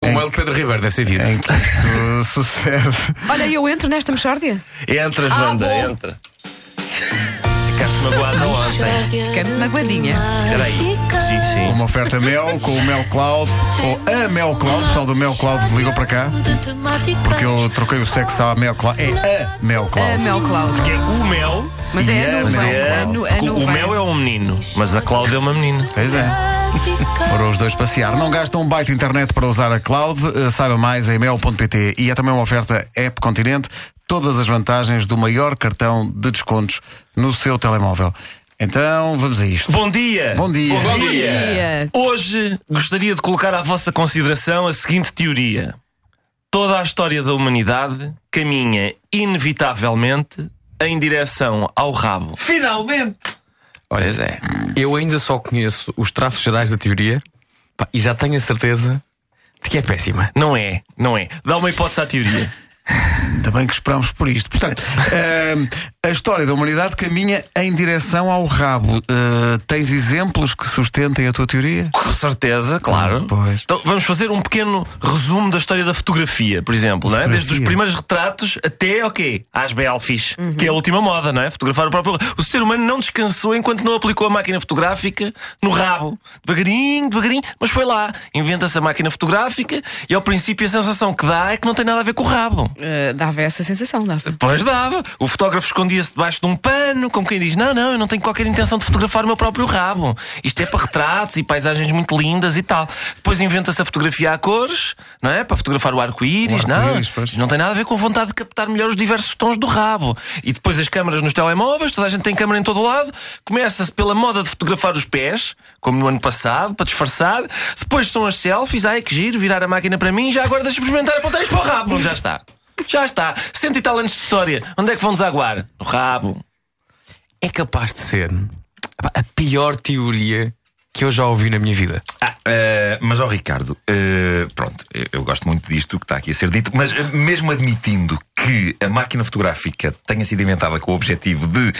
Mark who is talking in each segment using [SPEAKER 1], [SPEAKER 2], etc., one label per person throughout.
[SPEAKER 1] Um de Pedro Ribeiro, deve ser vivo.
[SPEAKER 2] Em que tudo sucede.
[SPEAKER 3] Olha, eu entro nesta mexórdia.
[SPEAKER 4] Entra,
[SPEAKER 3] Ah,
[SPEAKER 4] Wanda,
[SPEAKER 3] bom.
[SPEAKER 4] entra. Ficaste magoada ontem.
[SPEAKER 3] Fiquei-me magoadinha.
[SPEAKER 4] Espera aí. Sim, sim.
[SPEAKER 2] Uma oferta Mel com o Mel Cloud, ou a Mel Cloud, o pessoal do Mel Cloud ligou para cá, porque eu troquei o sexo à Mel Cloud. É a Mel Cloud.
[SPEAKER 3] A Mel Cloud.
[SPEAKER 4] Que é o mel,
[SPEAKER 3] Mas é a
[SPEAKER 2] Yeah,
[SPEAKER 4] mas
[SPEAKER 3] nuvem.
[SPEAKER 4] é.
[SPEAKER 3] A, nu, a
[SPEAKER 4] o-
[SPEAKER 3] nuvem.
[SPEAKER 4] o mel é um menino, mas a Cláudia é uma menina.
[SPEAKER 2] Pois é. Foram os dois passear. Não gastam um byte de internet para usar a cloud. Eh, Saiba mais em mel.pt. E é também uma oferta App Continente. Todas as vantagens do maior cartão de descontos no seu telemóvel. Então, vamos a isto.
[SPEAKER 4] Bom dia!
[SPEAKER 2] Bom dia.
[SPEAKER 4] Bom
[SPEAKER 1] Bom
[SPEAKER 4] dia!
[SPEAKER 3] dia.
[SPEAKER 4] Hoje gostaria de colocar à vossa consideração a seguinte teoria: toda a história da humanidade caminha inevitavelmente em direção ao rabo.
[SPEAKER 1] Finalmente!
[SPEAKER 4] Olha, Zé.
[SPEAKER 1] Eu ainda só conheço os traços gerais da teoria pá, e já tenho a certeza de que é péssima.
[SPEAKER 4] Não é, não é. Dá uma hipótese à teoria.
[SPEAKER 2] Ainda bem que esperámos por isto. Portanto, ehm, a história da humanidade caminha em direção ao rabo. Eh, tens exemplos que sustentem a tua teoria?
[SPEAKER 4] Com certeza, claro.
[SPEAKER 2] Ah, Pois.
[SPEAKER 4] Então vamos fazer um pequeno resumo da história da fotografia, por exemplo, não é?
[SPEAKER 2] Fotografia.
[SPEAKER 4] Desde os primeiros retratos até, ok, às belfis, que é a última moda, não é? Fotografar o próprio. O ser humano não descansou enquanto não aplicou a máquina fotográfica no rabo. Devagarinho, devagarinho, mas foi lá. Inventa-se a máquina fotográfica e ao princípio a sensação que dá é que não tem nada a ver com o rabo.
[SPEAKER 3] Eh, dava essa sensação, dava.
[SPEAKER 4] Pois dava. O fotógrafo escondia-se debaixo de um pano, como quem diz: Não, não, eu não tenho qualquer intenção de fotografar o meu próprio rabo. Isto é para retratos e paisagens muito lindas e tal. Depois inventa-se a fotografia a cores, não é? Para fotografar o arco-íris.
[SPEAKER 2] O
[SPEAKER 4] não,
[SPEAKER 2] arco-íris, pois.
[SPEAKER 4] não tem nada a ver com a vontade de captar melhor os diversos tons do rabo. E depois as câmaras nos telemóveis, toda a gente tem câmara em todo o lado. Começa-se pela moda de fotografar os pés, como no ano passado, para disfarçar. Depois são as selfies, ai que giro, virar a máquina para mim. Já agora deixa-me experimentar apontar isto para o rabo. Já está. Já está. Cento e tal anos de história. Onde é que vão desaguar? No rabo.
[SPEAKER 1] É capaz de ser pá, a pior teoria que eu já ouvi na minha vida.
[SPEAKER 5] Ah, mas, ó Ricardo, ah, pronto, eu, eu gosto muito disto que está aqui a ser dito, mas ah, mesmo admitindo que a máquina fotográfica tenha sido inventada com o objetivo de,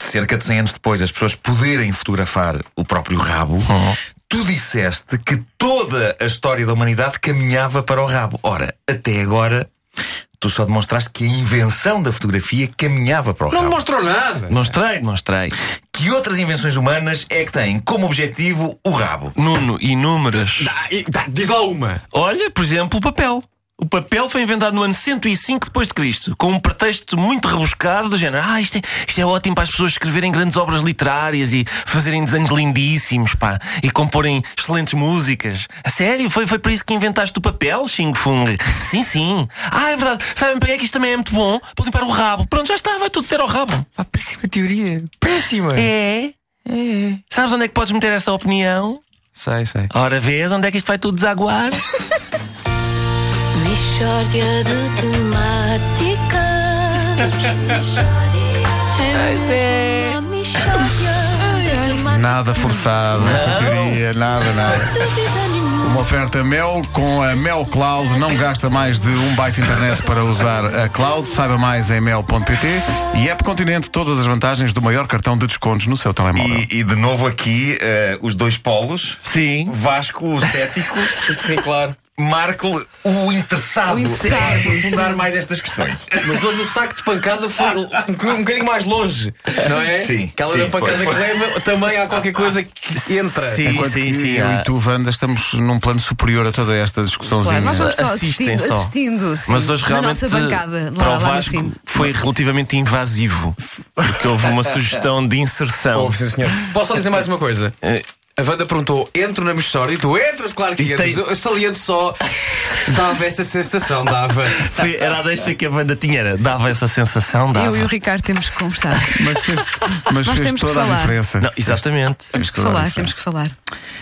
[SPEAKER 5] cerca de 100 anos depois, as pessoas poderem fotografar o próprio rabo, tu disseste que toda a história da humanidade caminhava para o rabo. Ora, até agora. Tu só demonstraste que a invenção da fotografia caminhava para o rabo.
[SPEAKER 1] mostrou nada!
[SPEAKER 4] Mostrei, mostrei.
[SPEAKER 5] Que outras invenções humanas é que têm como objetivo o rabo?
[SPEAKER 4] Nuno, inúmeras.
[SPEAKER 1] Tá, diz lá uma!
[SPEAKER 4] Olha, por exemplo, o papel. O papel foi inventado no ano 105 depois de Cristo, com um pretexto muito rebuscado do género. Ah, isto é, isto é ótimo para as pessoas escreverem grandes obras literárias e fazerem desenhos lindíssimos, pá, e comporem excelentes músicas. A sério? Foi, foi para isso que inventaste o papel, Xing Fung? Sim, sim. Ah, é verdade. Sabem para que é que isto também é muito bom? Para limpar o rabo. Pronto, já está, vai tudo ter ao rabo.
[SPEAKER 1] Pá, péssima teoria! Péssima!
[SPEAKER 4] É? É. Sabes onde é que podes meter essa opinião?
[SPEAKER 1] Sei, sei.
[SPEAKER 4] Ora, vês onde é que isto vai tudo desaguar?
[SPEAKER 6] Mishória de temáticas. Pois é. uma Mishória de temáticas.
[SPEAKER 2] Nada forçado nesta teoria, nada, nada.
[SPEAKER 6] Dúvida nenhuma.
[SPEAKER 2] Uma oferta Mel com a Mel Cloud. Não gasta mais de 1 byte de internet para usar a cloud. Saiba mais em mel.pt e App Continente. Todas as vantagens do maior cartão de descontos no seu telemóvel.
[SPEAKER 5] E, e de novo aqui eh, os dois polos.
[SPEAKER 4] Sim.
[SPEAKER 5] Vasco, o cético,
[SPEAKER 1] Sim, claro.
[SPEAKER 5] Marco, o interessado em aprofundar mais estas questões.
[SPEAKER 1] Mas hoje o saco de pancada foi um, um bocadinho mais longe, não é?
[SPEAKER 5] Sim,
[SPEAKER 1] Aquela
[SPEAKER 5] sim,
[SPEAKER 1] da pancada
[SPEAKER 5] foi, foi.
[SPEAKER 1] que leva, também há qualquer coisa que entra.
[SPEAKER 4] Sim,
[SPEAKER 2] Enquanto
[SPEAKER 4] sim,
[SPEAKER 2] que
[SPEAKER 4] sim.
[SPEAKER 2] eu
[SPEAKER 4] há-
[SPEAKER 2] e tu, Wanda, estamos num plano superior a toda esta discussãozinha.
[SPEAKER 3] Claro, nós vamos só
[SPEAKER 4] Assistem
[SPEAKER 3] assistindo,
[SPEAKER 4] só.
[SPEAKER 3] assistindo sim,
[SPEAKER 4] Mas hoje realmente
[SPEAKER 3] na nossa bancada, lá,
[SPEAKER 4] para o
[SPEAKER 3] lá no
[SPEAKER 4] Vasco
[SPEAKER 3] cimo.
[SPEAKER 4] foi relativamente invasivo. Porque houve uma sugestão de inserção.
[SPEAKER 1] Ouve, sim, senhor. Posso só dizer mais uma coisa? A Wanda perguntou: entro na Mexória e tu entras, claro que
[SPEAKER 4] É. E
[SPEAKER 1] entras.
[SPEAKER 4] tem-
[SPEAKER 1] Eu saliento só. Dava essa sensação, dava.
[SPEAKER 4] Foi- era a deixa que a banda tinha, era, dava essa sensação, dava.
[SPEAKER 3] Eu e o Ricardo temos que conversar.
[SPEAKER 2] Mas fez, mas
[SPEAKER 3] Nós
[SPEAKER 2] fez
[SPEAKER 3] temos que
[SPEAKER 2] toda a
[SPEAKER 3] falar.
[SPEAKER 2] diferença.
[SPEAKER 4] Não, exatamente.
[SPEAKER 3] Temos que falar, temos que falar.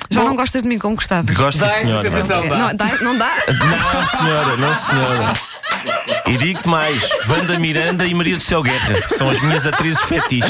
[SPEAKER 3] Já não gostas de mim como gostavas.
[SPEAKER 4] Gosto
[SPEAKER 1] Dá essa
[SPEAKER 4] senhora.
[SPEAKER 1] sensação,
[SPEAKER 3] É,
[SPEAKER 1] dá.
[SPEAKER 3] Não dá? Não dá?
[SPEAKER 4] Não, senhora, não, senhora. E digo-te mais: Wanda Miranda e Maria do Céu Guerra são as minhas atrizes fetiches.